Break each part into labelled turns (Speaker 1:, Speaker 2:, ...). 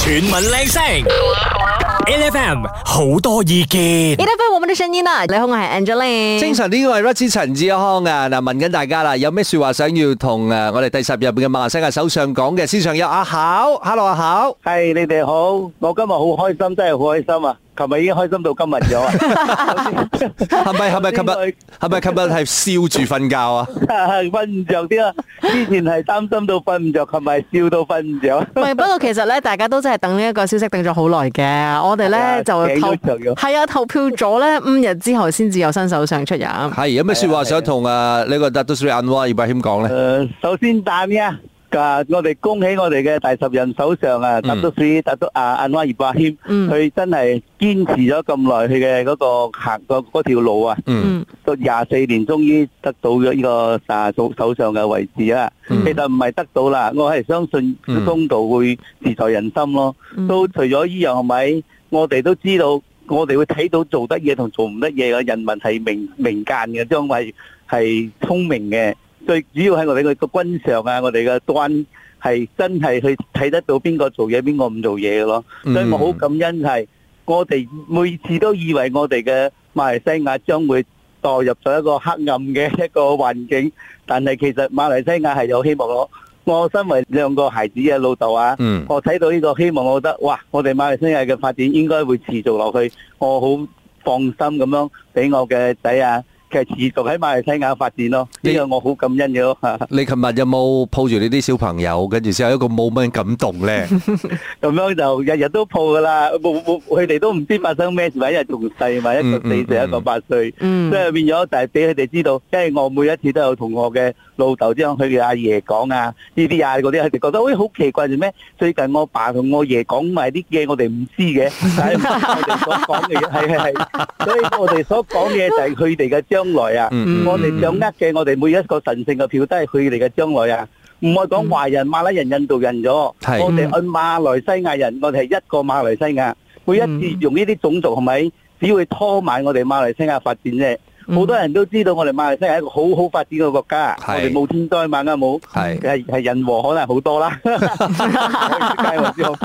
Speaker 1: 全民靚聲，LFM 好多意見
Speaker 2: 一。我們的聲音啊啦，你好，我係 Angeline。
Speaker 3: 精神呢位 Rusty 陳志康啊，嗱問緊大家啦，有咩説話想要同誒我哋第十日嘅馬來西亞首相講嘅？線上有阿巧，Hello 阿巧，
Speaker 4: 系你哋好，我今日好開心，真係好開心啊！琴日已經開心到今日咗啊，
Speaker 3: 係咪係咪琴
Speaker 4: 我
Speaker 3: 日
Speaker 4: 應
Speaker 3: 係咪琴日係笑住瞓覺 啊？
Speaker 4: 瞓唔着啲啦。之前係擔心到瞓唔着，琴日係笑到瞓唔着。
Speaker 2: 唔係，不過其實咧，大家都真係等呢一個消息等咗好耐嘅。我哋
Speaker 4: 係啊
Speaker 2: 咧就
Speaker 4: 幾
Speaker 2: 投
Speaker 4: 個月咗
Speaker 2: 係啊，投票咗咧五日之後先至有新首相出啊任。
Speaker 3: 係有咩説話想同誒呢個 Dato Sri Anwar Ibrahim 講咧？
Speaker 4: 誒，首先彈呀！啊！我哋恭喜我哋嘅第十任首相啊，特都斯特都啊安華葉巴謙，
Speaker 2: 嗯
Speaker 4: 佢真係堅持咗咁耐，佢嘅嗰個行個嗰條路啊，
Speaker 3: 嗯
Speaker 2: 嗯
Speaker 4: 到廿四年終於得到咗呢個啊首首相嘅位置啊！
Speaker 3: 嗯
Speaker 4: 其實唔係得到啦，我係相信
Speaker 3: 嗯
Speaker 4: 公道會自在人心咯。
Speaker 2: 嗯
Speaker 4: 都除咗依樣係咪？我哋都知道，我哋會睇到做得嘢同做唔得嘢嘅人民係明明間嘅，將為係聰明嘅。最主要係我哋嘅個軍上啊，我哋嘅端係真係去睇得到邊個做嘢，邊個唔做嘢嘅咯。
Speaker 3: 嗯
Speaker 4: 所以我好感恩係我哋每次都以為我哋嘅馬來西亞將會墮入咗一個黑暗嘅 一個環境，但係其實馬來西亞係有希望咯。我身為兩個孩子嘅老豆啊。
Speaker 3: 嗯
Speaker 4: 我睇到呢個希望，我覺得哇！我哋馬來西亞嘅發展應該會持續落去，我好放心咁樣俾我嘅仔啊，其實持續喺馬來西亞發展咯，
Speaker 3: 你
Speaker 4: 呢個我好感恩嘅咯。
Speaker 3: 你琴日有冇抱住你啲小朋友，跟住之後有一個 moment 感 動咧？
Speaker 4: 咁樣就日日都抱噶啦，冇冇佢哋都唔知發生咩事，因為仲細嘛，一個
Speaker 3: 嗯嗯
Speaker 4: 四歲，一個八歲。
Speaker 2: 嗯
Speaker 4: 即係變咗，但係俾佢哋知道，因為我每一次都有同我嘅老豆將佢嘅阿爺講啊，呢啲啊嗰啲，佢哋覺得，喂，好奇怪做咩？最近我爸同我爺講埋啲嘢，我哋唔知嘅，但係唔係我哋所講嘅嘢，係係係，所以我哋所講嘅嘢就係佢哋嘅將來啊。
Speaker 3: 嗯
Speaker 4: 我哋掌握嘅，我哋每一個神聖嘅票都係佢哋嘅將來啊！唔係講華人、馬來人、印度人咗，我
Speaker 3: 係
Speaker 4: 哋按馬來西亞人，我哋係一個馬來西亞。每一次用呢啲種族係咪，只會拖慢我哋馬來西亞發展啫。
Speaker 2: 嗯
Speaker 4: 好多人都知道我哋馬來西亞係一個好好發展嘅國家，
Speaker 3: 係
Speaker 4: 我哋冇天災萬啊冇，
Speaker 3: 係
Speaker 4: 係係人和可能好 多啦。我出街我知我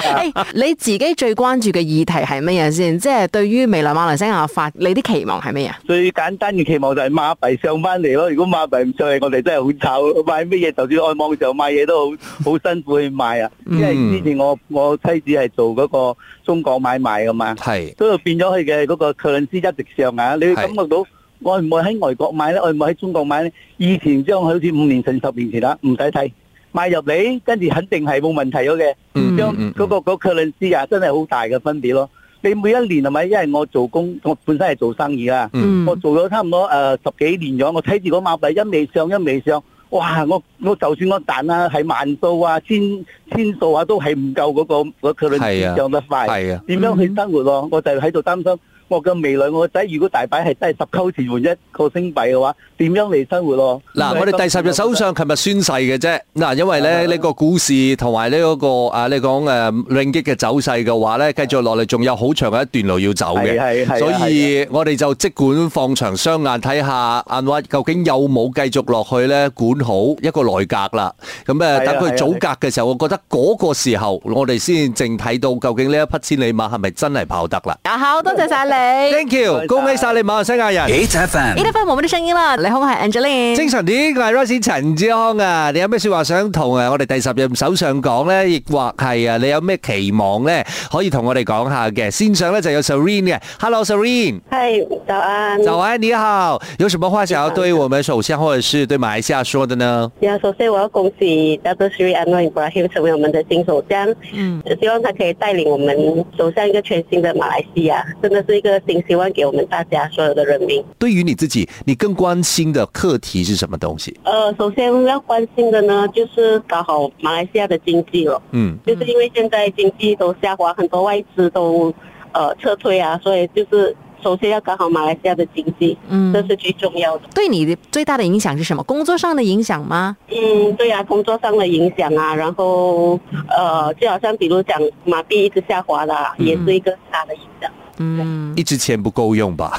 Speaker 2: 誒你自己最關注嘅議題係乜嘢先？即係對於未來馬來西亞發，你啲期望係乜嘢？
Speaker 4: 最簡單嘅期望就係馬幣上翻嚟咯。如果馬幣唔上嚟，我哋真係好慘。買乜嘢，就算按網上買嘢都好好辛苦去買啊。因為之前我我妻子係做嗰個中國買賣噶嘛，
Speaker 3: 係
Speaker 4: 所以變咗佢嘅嗰個 currency 一直上啊。你會感覺到我唔會喺外國買咧，我唔會喺中國買咧。以前將佢好似五年前、十年前啦，唔使睇。買入嚟，跟住肯定係冇問題咗嘅。
Speaker 3: 嗯
Speaker 4: 將
Speaker 3: 嗯嗯
Speaker 4: 嗰個嗰 currency 啊，真係好大嘅分別咯。你每一年係咪？因為我做工，我本身係做生意啦。
Speaker 2: 嗯
Speaker 4: 我做咗差唔多誒、呃十幾年咗，我睇住個馬幣一味上一味上，哇！我我就算我賺啊，係萬數啊、千千數啊，都係唔夠嗰、個嗰 currency
Speaker 3: 係啊
Speaker 4: 上得快。
Speaker 3: 係啊，
Speaker 4: 點樣去生活咯、我就喺度擔心，我嘅未來我個仔如果大擺係真係十溝錢換一個星幣嘅話，點樣嚟生活咯、
Speaker 3: 嗱，我哋第十日首相琴日宣誓嘅啫。嗱，因為咧呢個股市同埋呢一個啊，你講誒令吉嘅走勢嘅話咧，繼續落嚟仲有好長嘅一段路要走
Speaker 4: 係係係
Speaker 3: 嘅。
Speaker 4: 啊
Speaker 3: 所以我哋就即管放長雙眼睇下眼話究竟有冇繼續落去咧，管好一個內閣啦。咁誒，
Speaker 4: 啊
Speaker 3: 等佢
Speaker 4: 係啊
Speaker 3: 組閣嘅時候，我覺得嗰個時候我哋先正睇到究竟呢一匹千里馬係咪真係跑得啦。
Speaker 2: 阿巧，啊多謝晒你。
Speaker 3: Thank you，恭喜晒你馬來西亞人。
Speaker 2: 呢
Speaker 1: HFM
Speaker 2: 度冇乜啲聲音啦，你好，我係 Angeline。
Speaker 3: 精神啲，我係 Rosie 陳志康啊！你有咩说話想同呃誒我哋第十任首相講呢？亦或係啊，你有咩期望呢？可以同我哋講下嘅。線上呢就有 Serene 嘅，Hello Serene，
Speaker 5: 嗨，早安。
Speaker 3: 早安，你好，有什麼話想要對我們首相或者是對馬來西亞說的呢？
Speaker 5: 呀，首先我要恭喜 W Sri Anwar Ibrahim 成为我们的新首相，
Speaker 2: 嗯
Speaker 5: 希望他可以带领我们走向一个全新的马来西亚，真的是一个新希望给我们大家所有的人民。
Speaker 3: 對於你自己，你更關心的課題是什麼東西？
Speaker 5: 呃，首先要关心的呢，就是搞好马来西亚的经济了，
Speaker 3: 嗯
Speaker 5: 就是因为现在经济都下滑，很多外资都呃撤退啊，所以就是首先要搞好马来西亚的经济，
Speaker 2: 嗯
Speaker 5: 这是最重要的。
Speaker 2: 对你的最大的影响是什么？工作上的影响吗？
Speaker 5: 嗯，对啊，工作上的影响啊，然后呃，就好像比如讲马币一直下滑啦，也是一个很大的影响。
Speaker 2: 嗯，
Speaker 3: 一直钱不够用吧？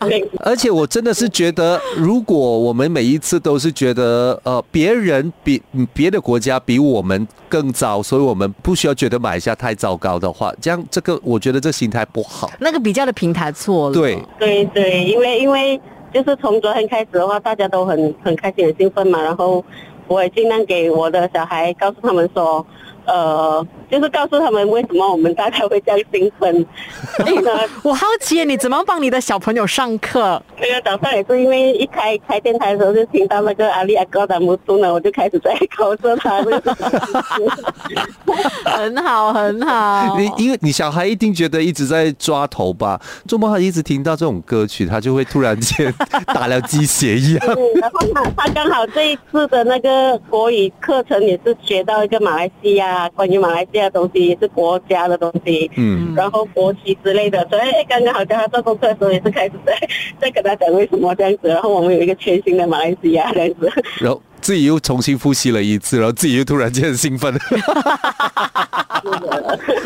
Speaker 5: 对，
Speaker 3: 而且我真的是觉得，如果我们每一次都是觉得，呃，别人比嗯别的国家比我们更糟，所以我们不需要觉得马来西亚太糟糕的话，这样这个我觉得这心态不好。
Speaker 2: 那个比较的平台错了。
Speaker 3: 对，
Speaker 5: 对对，因为因为就是从昨天开始的话，大家都很很开心、很兴奋嘛。然后我也尽量给我的小孩告诉他们说，呃，就是告诉他们为什么我们大家会这样兴奋。然后呢，
Speaker 2: 我好奇你怎么帮你的小朋友上课？
Speaker 5: 那个早上也是因为一开开电台的时候就听到那个阿丽阿哥的母猪呢，我就开始在 考测他。
Speaker 2: 很好，很好。
Speaker 3: 你因为你小孩一定觉得一直在抓头吧？做梦他一直听到这种歌曲，他就会突然间 打了鸡血一 样。
Speaker 5: 嗯，然后他他刚好这一次的那个国语课程也是学到一个马来西亚关于马来西亚的东西，也是国家的东西，
Speaker 3: 嗯，
Speaker 5: 然后国旗之类的。所以 哎刚刚好像他做功课的时候也是开始在在跟他讲为什么这样子，然后我们有一个全新的马来西亚这样子。
Speaker 3: 然后自己又重新复习了一次，然后自己又突然间很兴 奋。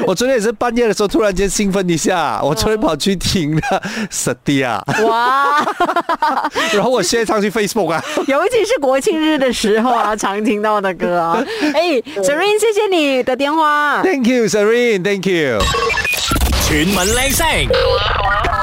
Speaker 3: 我昨天也是半夜的时候突然间兴奋一下，
Speaker 2: 哦
Speaker 3: 我昨天跑去听了《s a 啊，
Speaker 2: 哇，
Speaker 3: 然后我现在上去 Facebook 啊。
Speaker 2: 尤其是国庆日的时候啊，常听到的歌 啊。哎 s e r e n 谢谢你的电话。
Speaker 3: Thank you, Serene. Thank you.
Speaker 1: 全民靚聲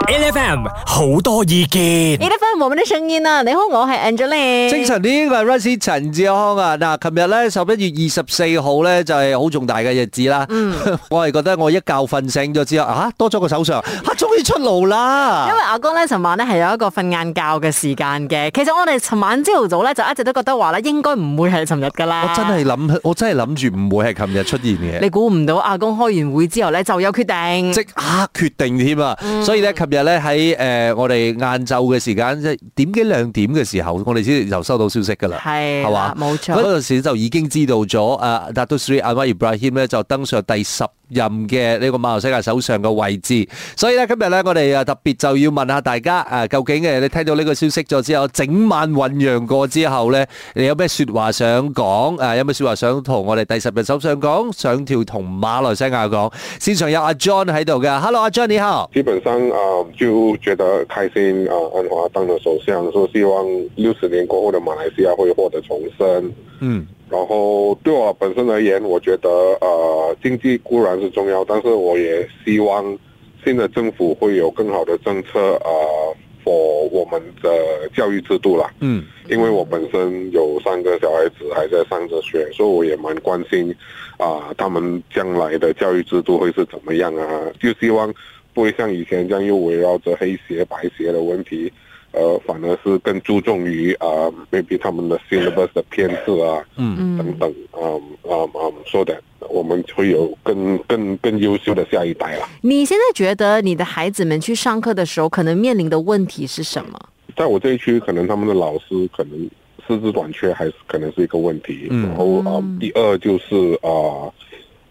Speaker 1: ，LFM 好多意見。
Speaker 2: A. F. M. 我們的聲音啊，你好，我係 Angeline。
Speaker 3: 精神啲嘅 r i s e 陳志康啊，嗱，琴日咧十一月二十四號咧就係好重大嘅日子啦。
Speaker 2: 嗯
Speaker 3: 我係覺得我一覺瞓醒咗之後，啊，多咗個手上，啊，終於出爐啦
Speaker 2: 因。為阿哥咧，尋晚咧係有一個瞓晏覺嘅時間嘅。其實我哋尋晚朝頭早咧就一直都覺得話咧，應該唔會係尋日㗎啦。
Speaker 3: 我哦真係諗，我真係諗住唔會係琴日出現嘅。
Speaker 2: 你估唔到阿公開完會之後咧就有決定。
Speaker 3: 即刻決定添啊！所以咧，琴日咧喺誒我哋晏晝嘅時間，即係點幾兩點嘅時候，我哋先就收到消息㗎啦，
Speaker 2: 係啦冇錯
Speaker 3: 嗰陣時就已經知道咗啊，達都 Sri Anwar Ibrahim 咧就登上第十任嘅呢個馬來西亞首相嘅位置。所以咧，今日咧我哋啊特別就要問下大家啊，究竟誒你聽到呢個消息咗之後，整晚醖釀過之後咧，你有咩説話想講？誒有咩説話想同我哋第十任首相講？上條同馬來西亞講。現場有阿 John 喺度嘅，Hello 阿 John 你好。
Speaker 6: 基本上啊、呃就觉得开心啊、呃安华当了首相，说希望六十年过后的马来西亚会获得重生。
Speaker 3: 嗯
Speaker 6: 然后对我本身而言，我觉得呃，经济固然是重要，但是我也希望新的政府会有更好的政策啊，for 我们的教育制度啦。
Speaker 3: 嗯
Speaker 6: 因为我本身有三个小孩子还在上着学，所以我也蛮关心啊、他们将来的教育制度会是怎么样啊？就希望不会像以前这样又围绕着黑鞋白鞋的问题，呃，反而是更注重于啊、m a y b e 他们的 syllabus 的编制啊，
Speaker 3: 嗯，
Speaker 6: 等等，啊啊啊，说的我们会有更更更优秀的下一代啦。
Speaker 2: 你现在觉得你的孩子们去上课的时候，可能面临的问题是什么？
Speaker 6: 在我这一区，可能他们的老师可能师资短缺，还是可能是一个问题。
Speaker 3: 嗯
Speaker 6: 然后啊、呃第二就是啊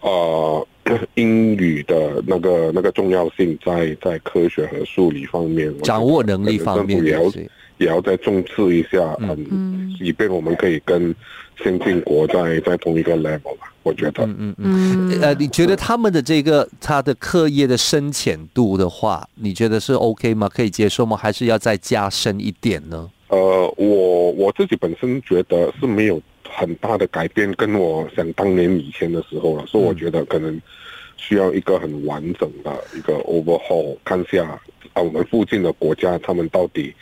Speaker 6: 啊、呃 英语的那个那个重要性在，在科学和数理方面，我觉得
Speaker 3: 掌握能力方面
Speaker 6: 可能政府
Speaker 3: 是
Speaker 6: 也要也要再重视一下，嗯，
Speaker 2: 嗯
Speaker 6: 以便我们可以跟先进国在在同一个 level 吧。我觉得，
Speaker 3: 嗯嗯
Speaker 2: 嗯，
Speaker 3: 呃，你觉得他们的这个他的课业的深浅度的话，你觉得是 OK 吗？可以接受吗？还是要再加深一点呢？
Speaker 6: 呃，我我自己本身觉得是没有很大的改变，跟我想当年以前的时候
Speaker 3: 嗯
Speaker 6: 了，所以我觉得可能需要一个很完整的一个 overhaul，看一下啊我们附近的国家他们到底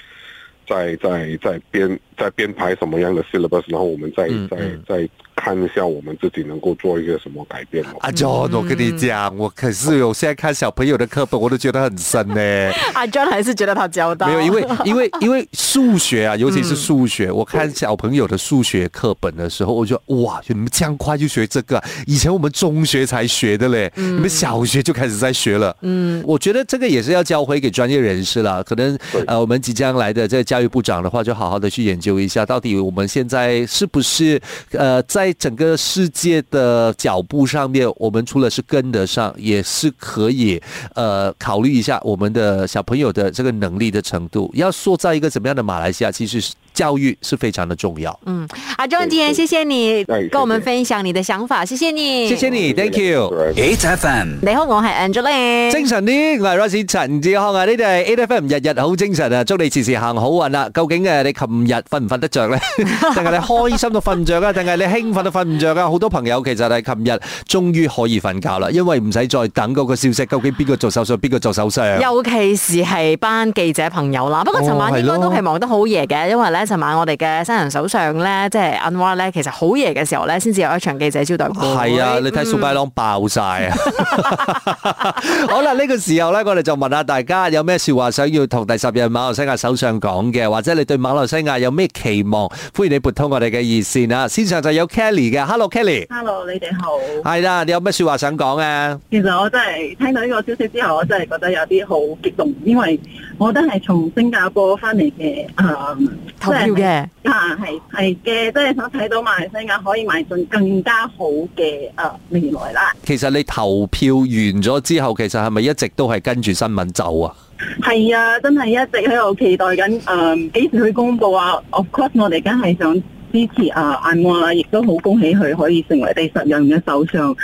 Speaker 6: 在在在编在编排什么样的 syllabus，然后我们再
Speaker 3: 嗯
Speaker 6: 再
Speaker 3: 嗯
Speaker 6: 再看一下我们自己能够做一个什么改变咯。
Speaker 3: 阿 John，我跟你讲，我可是有现在看小朋友的课本，我都觉得很深呢、
Speaker 2: 阿 John 还是觉得他教到
Speaker 3: 没有，因 为因为因为数学啊，尤其是数学，我看小朋友的数学课本的时候，我就哇，你们这样快就学这个啊、以前我们中学才学的嘞，你们小学就开始在学了。嗯，我觉得这个也是要教回给专业人士了。可能
Speaker 6: 对
Speaker 3: 呃，我们即将来的这个教育部长的话，就好好的去研究一下，到底我们现在是不是呃，在整个世界的脚步上面，我们除了是跟得上，也是可以呃考虑一下我们的小朋友的这个能力的程度，要塑造一个怎么样的马来西亚，其实是。教育是非常的重要。
Speaker 2: 嗯，好，钟杰，谢谢你
Speaker 7: 哎谢谢
Speaker 2: 跟我们分享你的想法，谢谢你，
Speaker 3: 谢谢
Speaker 6: 嗯
Speaker 3: 你，thank you。
Speaker 7: Right.
Speaker 1: HFM
Speaker 2: 你好，我系 Angeline，
Speaker 3: 精神啲，我系 Rosie 陳志康啊！呢度係 A F M 日日好精神啊！祝你時時行好運啦！究竟呃誒你琴日瞓唔瞓得着呢？定係你開心到瞓唔着啊？定係你興奮到瞓唔着啊？好多朋友其實係琴日終於可以瞓覺啦，因為唔使再等嗰個消息，究竟邊個做手術，邊個做手上？
Speaker 2: 尤其是係班記者朋友啦，不過尋晚
Speaker 3: 哦係
Speaker 2: 應
Speaker 3: 咯
Speaker 2: 該都係忙得好夜嘅，因為咧尋晚我哋嘅新人首相咧，即係 Anwar 咧，其實好夜嘅時候咧，先至有一場記者招待會。
Speaker 3: 係啊，你睇蘇拜朗爆晒啊！嗯 好啦，呢、個時候呢，我哋就問下大家有咩说話想要同第十任馬來西亞首相講嘅，或者你對馬來西亞有咩期望？歡迎你撥通我哋嘅熱線啊！線上就有 Kelly 嘅，Hello Kelly，
Speaker 4: Hello，你哋好。
Speaker 3: 係啦，你有咩说話想講啊？
Speaker 4: 其實我真係聽到呢個消息之後，我真係覺得有啲好激動，因為我都係從新加坡翻嚟嘅，啊、
Speaker 2: 投票
Speaker 4: 即係
Speaker 2: 嘅，
Speaker 4: 啊係係嘅，即係想睇到馬來西亞可以邁進更加好嘅啊、未來啦。
Speaker 3: 其實你投票完咗之後，其實係咪一直都係跟住新聞走啊？
Speaker 4: 係啊，真係一直喺度期待緊，誒、呃幾時去公佈啊？Of course，我哋梗係想支持啊安華啦，亦都好恭喜佢可以成為第十任嘅首相。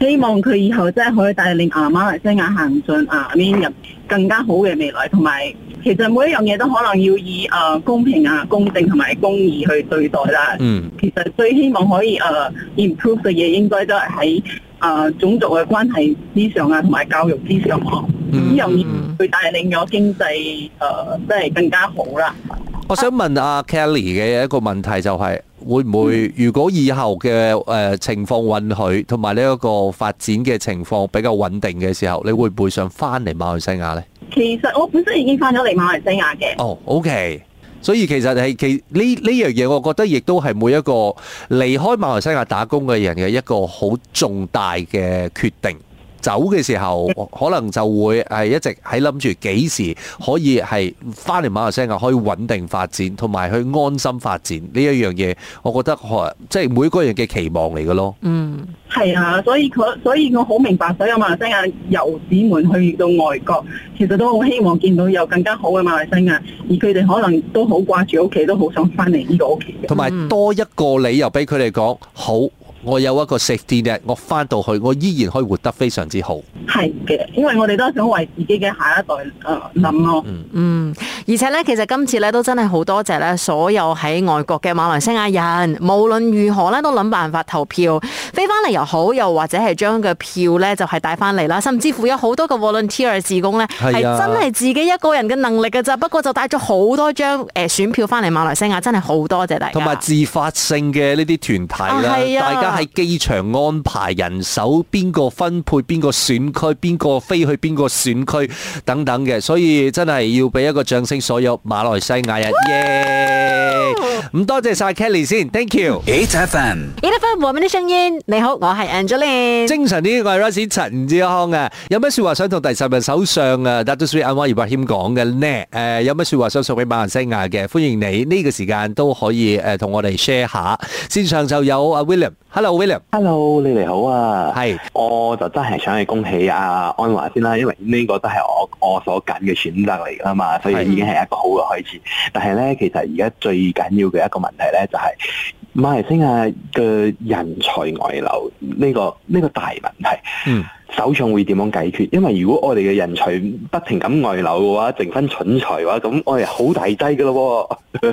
Speaker 4: 希望佢以後真係可以帶領啊馬來西亞行進啊呢入更加好嘅未來，同埋其實每一樣嘢都可能要以誒、呃公平啊、公正同埋公義去對待啦。
Speaker 3: 嗯。
Speaker 4: 其實最希望可以誒、呃 improve 嘅嘢，應該都係喺誒種族嘅關係之上啊，同埋教育之上咯。
Speaker 3: 嗯
Speaker 4: 呢樣嘢佢帶領咗經濟誒，呃即、係更加好啦。
Speaker 3: 我想問阿 Kelly 嘅一個問題就係、會唔會如果以後嘅誒、呃情況允許，同埋呢一個發展嘅情況比較穩定嘅時候，你會唔會想翻嚟馬來西亞呢？
Speaker 4: 其實我本身已經翻咗嚟馬來西亞嘅，
Speaker 3: 哦、o k 所以其實係其呢呢樣嘢，我覺得亦都係每一個離開馬來西亞打工嘅人嘅一個好重大嘅決定。走嘅時候，可能就會係一直喺諗住幾時可以係翻嚟馬來西亞可以穩定發展，同埋去安心發展呢一樣嘢，我覺得可即係每個人嘅期望嚟嘅咯。
Speaker 2: 嗯，
Speaker 4: 係啊，所以佢所以我好明白所有馬來西亞遊子們去到外國，其實都好希望見到有更加好嘅馬來西亞，而佢哋可能都好掛住屋企，都好想翻嚟呢個屋企嘅。
Speaker 6: 嗯
Speaker 3: 同埋多一個理由俾佢哋講，好，我有一個 safety net，我翻到去，我依然可以活得非常之好。
Speaker 4: 係嘅，因為我哋都係想為自己嘅下一代誒諗咯。
Speaker 2: 嗯，而且咧，其實今次咧都真係好多謝咧，所有喺外國嘅馬來西亞人，無論如何咧都諗辦法投票，飛翻嚟又好，又或者係將個票咧就係帶翻嚟啦，甚至乎有好多嘅 volunteer 志工咧係
Speaker 3: 係啊
Speaker 2: 真係自己一個人嘅能力嘅咋，不過就帶咗好多張誒選票翻嚟馬來西亞，真係好多謝大家。
Speaker 3: 同埋自發性嘅呢啲團體啦，
Speaker 2: 啊係啊
Speaker 3: 大家喺機場安排人手，邊個分配邊個選區，邊個飛去邊個選區等等嘅，所以真係要俾一個掌聲所有馬來西亞人，耶！咁多謝晒 Kelly 先，thank you。
Speaker 1: HFM
Speaker 2: e l e p h a n 和 m 的聲音，你好，我係 Angeline。
Speaker 3: 精神啲，我係 Rice 陳志康啊！有咩説話想同第十任首相啊 d a t u Sri Anwar Ibrahim 講嘅呢？誒、有咩説話想送俾馬來西亞嘅？歡迎你呢、個時間都可以誒同、我哋 share 下。線上就有阿 William，Hello William，
Speaker 6: Hello，你哋好啊！
Speaker 3: 係。
Speaker 6: 我就真係想去恭喜阿安華先啦，因為呢個都係我我所揀嘅選擇嚟㗎嘛，所以已經係一個好嘅開始。但係咧，其實而家最緊要嘅一個問題咧，就係、馬來西亞嘅人才外流呢、個呢、個大問題。
Speaker 3: 嗯。
Speaker 6: 首相會點樣解決？因為如果我哋嘅人才不停咁外流嘅話，剩翻蠢材嘅話，咁我哋好大劑㗎咯 喎。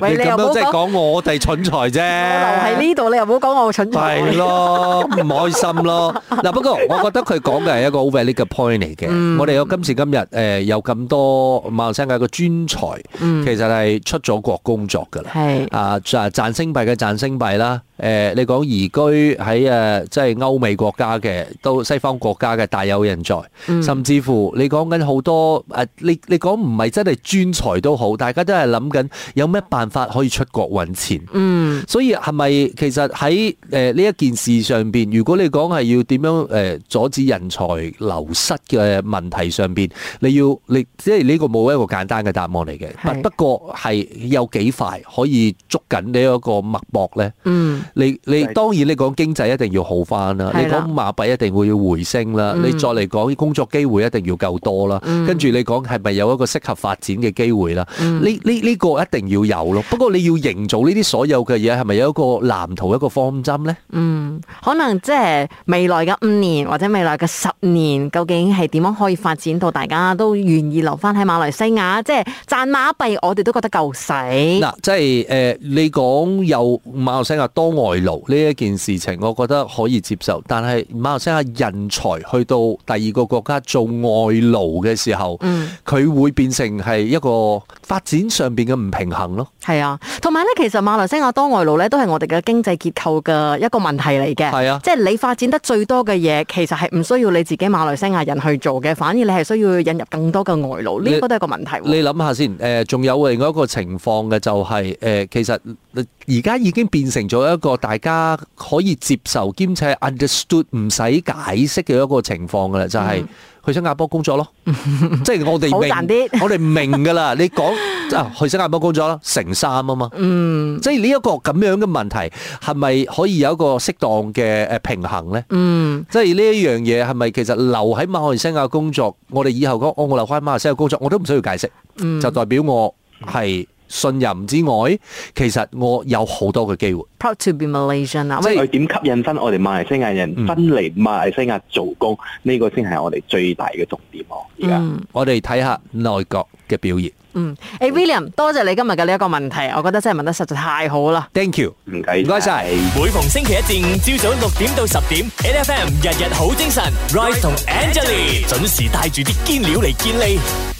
Speaker 2: 喂，你
Speaker 3: 你
Speaker 2: 又
Speaker 3: 咁
Speaker 2: 冇
Speaker 3: 樣即係
Speaker 2: 講，
Speaker 3: 講我哋蠢材啫。
Speaker 2: 我留喺呢度，你又冇講我蠢材。
Speaker 3: 係咯，唔開心咯。嗱，不過我覺得佢講嘅係一個好 valid 嘅 point 嚟嘅。我哋有今時今日誒、呃有咁多馬來西亞嘅專才，其實係出咗國工作㗎啦。
Speaker 2: 係
Speaker 3: 啊賺賺星幣嘅賺星幣啦。誒、你講移居喺誒、即係歐美國家嘅，到西方國家嘅大有人在，甚至乎你講緊好多誒、你你講唔係真係專才都好，大家都係諗緊有咩辦法可以出國揾錢。
Speaker 2: 嗯，
Speaker 3: 所以係咪其實喺誒呢一件事上邊，如果你講係要點樣誒、呃阻止人才流失嘅問題上邊，你要你即係呢個冇一個簡單嘅答案嚟嘅。
Speaker 2: 係
Speaker 3: 不不過係有幾快可以捉緊呢一個脈搏呢？
Speaker 2: 嗯，
Speaker 3: 你你
Speaker 6: 係
Speaker 3: 當然你講經濟一定要好翻啦，你
Speaker 2: 係啦
Speaker 3: 講馬幣一定會回升啦，
Speaker 2: 嗯
Speaker 3: 你再嚟講工作機會一定要夠多啦，
Speaker 2: 嗯
Speaker 3: 跟住你講係咪有一個適合發展嘅機會啦？
Speaker 2: 嗯
Speaker 3: 呢呢呢個一定要有咯。不過你要營造呢啲所有嘅嘢，係咪有一個藍圖一個方針呢？
Speaker 2: 嗯，可能即係未來嘅五年或者未來嘅十年，究竟係點樣可以發展到大家都願意留翻喺馬來西亞？即係賺馬幣，我哋都覺得夠使。
Speaker 3: 嗱，即係誒、呃你講有馬來西亞多外勞呢一件事情，我覺得可以接受。但係馬來西亞人才去到第二個國家做外勞嘅時候，
Speaker 2: 嗯
Speaker 3: 佢、會變成係一個發展上邊嘅唔平衡咯。
Speaker 2: 係啊，同埋咧，其實馬來西亞多外勞咧，都係我哋嘅經濟結構嘅一個問題嚟嘅。
Speaker 3: 係啊
Speaker 2: 即係你發展得最多嘅嘢，其實係唔需要你自己馬來西亞人去做嘅，反而你係需要引入更多嘅外勞，呢、
Speaker 3: 你
Speaker 2: 個都係一個問題喎。
Speaker 3: 你諗下先，誒、呃仲有另外一個情況嘅就係、呃其實而家已經變成咗一個大家可以接受兼且 understood 唔使解釋嘅一個情況㗎啦，就係、去新加坡工 作咯，即係我哋
Speaker 2: 嗯好
Speaker 3: 明
Speaker 2: 賺啲，
Speaker 3: 我哋明㗎啦。你講啊，去新加坡工作啦，成三啊嘛，嗯，即係呢一個咁樣嘅問題係咪可以有一個適當嘅誒平衡咧？
Speaker 2: 嗯，
Speaker 3: 即係呢一樣嘢係咪其實留喺馬來西亞工作，我哋以後講哦，我留喺馬來西亞工作，我都唔需要解釋，就代表我係信任之外，其實我有好多嘅機會。
Speaker 2: proud to be Malaysian 啊，
Speaker 3: 即
Speaker 2: 喂，
Speaker 3: 係
Speaker 8: 佢點吸引翻我哋馬來西亞人
Speaker 3: 嗯
Speaker 8: 分嚟馬來西亞做工？呢、個先係我哋最大嘅重點咯。而家
Speaker 2: 嗯
Speaker 3: 我哋睇下內閣嘅表現。
Speaker 2: 嗯，誒、William，多謝你今日嘅呢一個問題，我覺得真係問得實在太好啦。
Speaker 3: Thank you，
Speaker 8: 唔計
Speaker 3: 唔該晒。
Speaker 1: 每逢星期一至五朝早六點到十點，N F M 日日好精神，Rise 同 Angelie 準時帶住啲堅料嚟健利。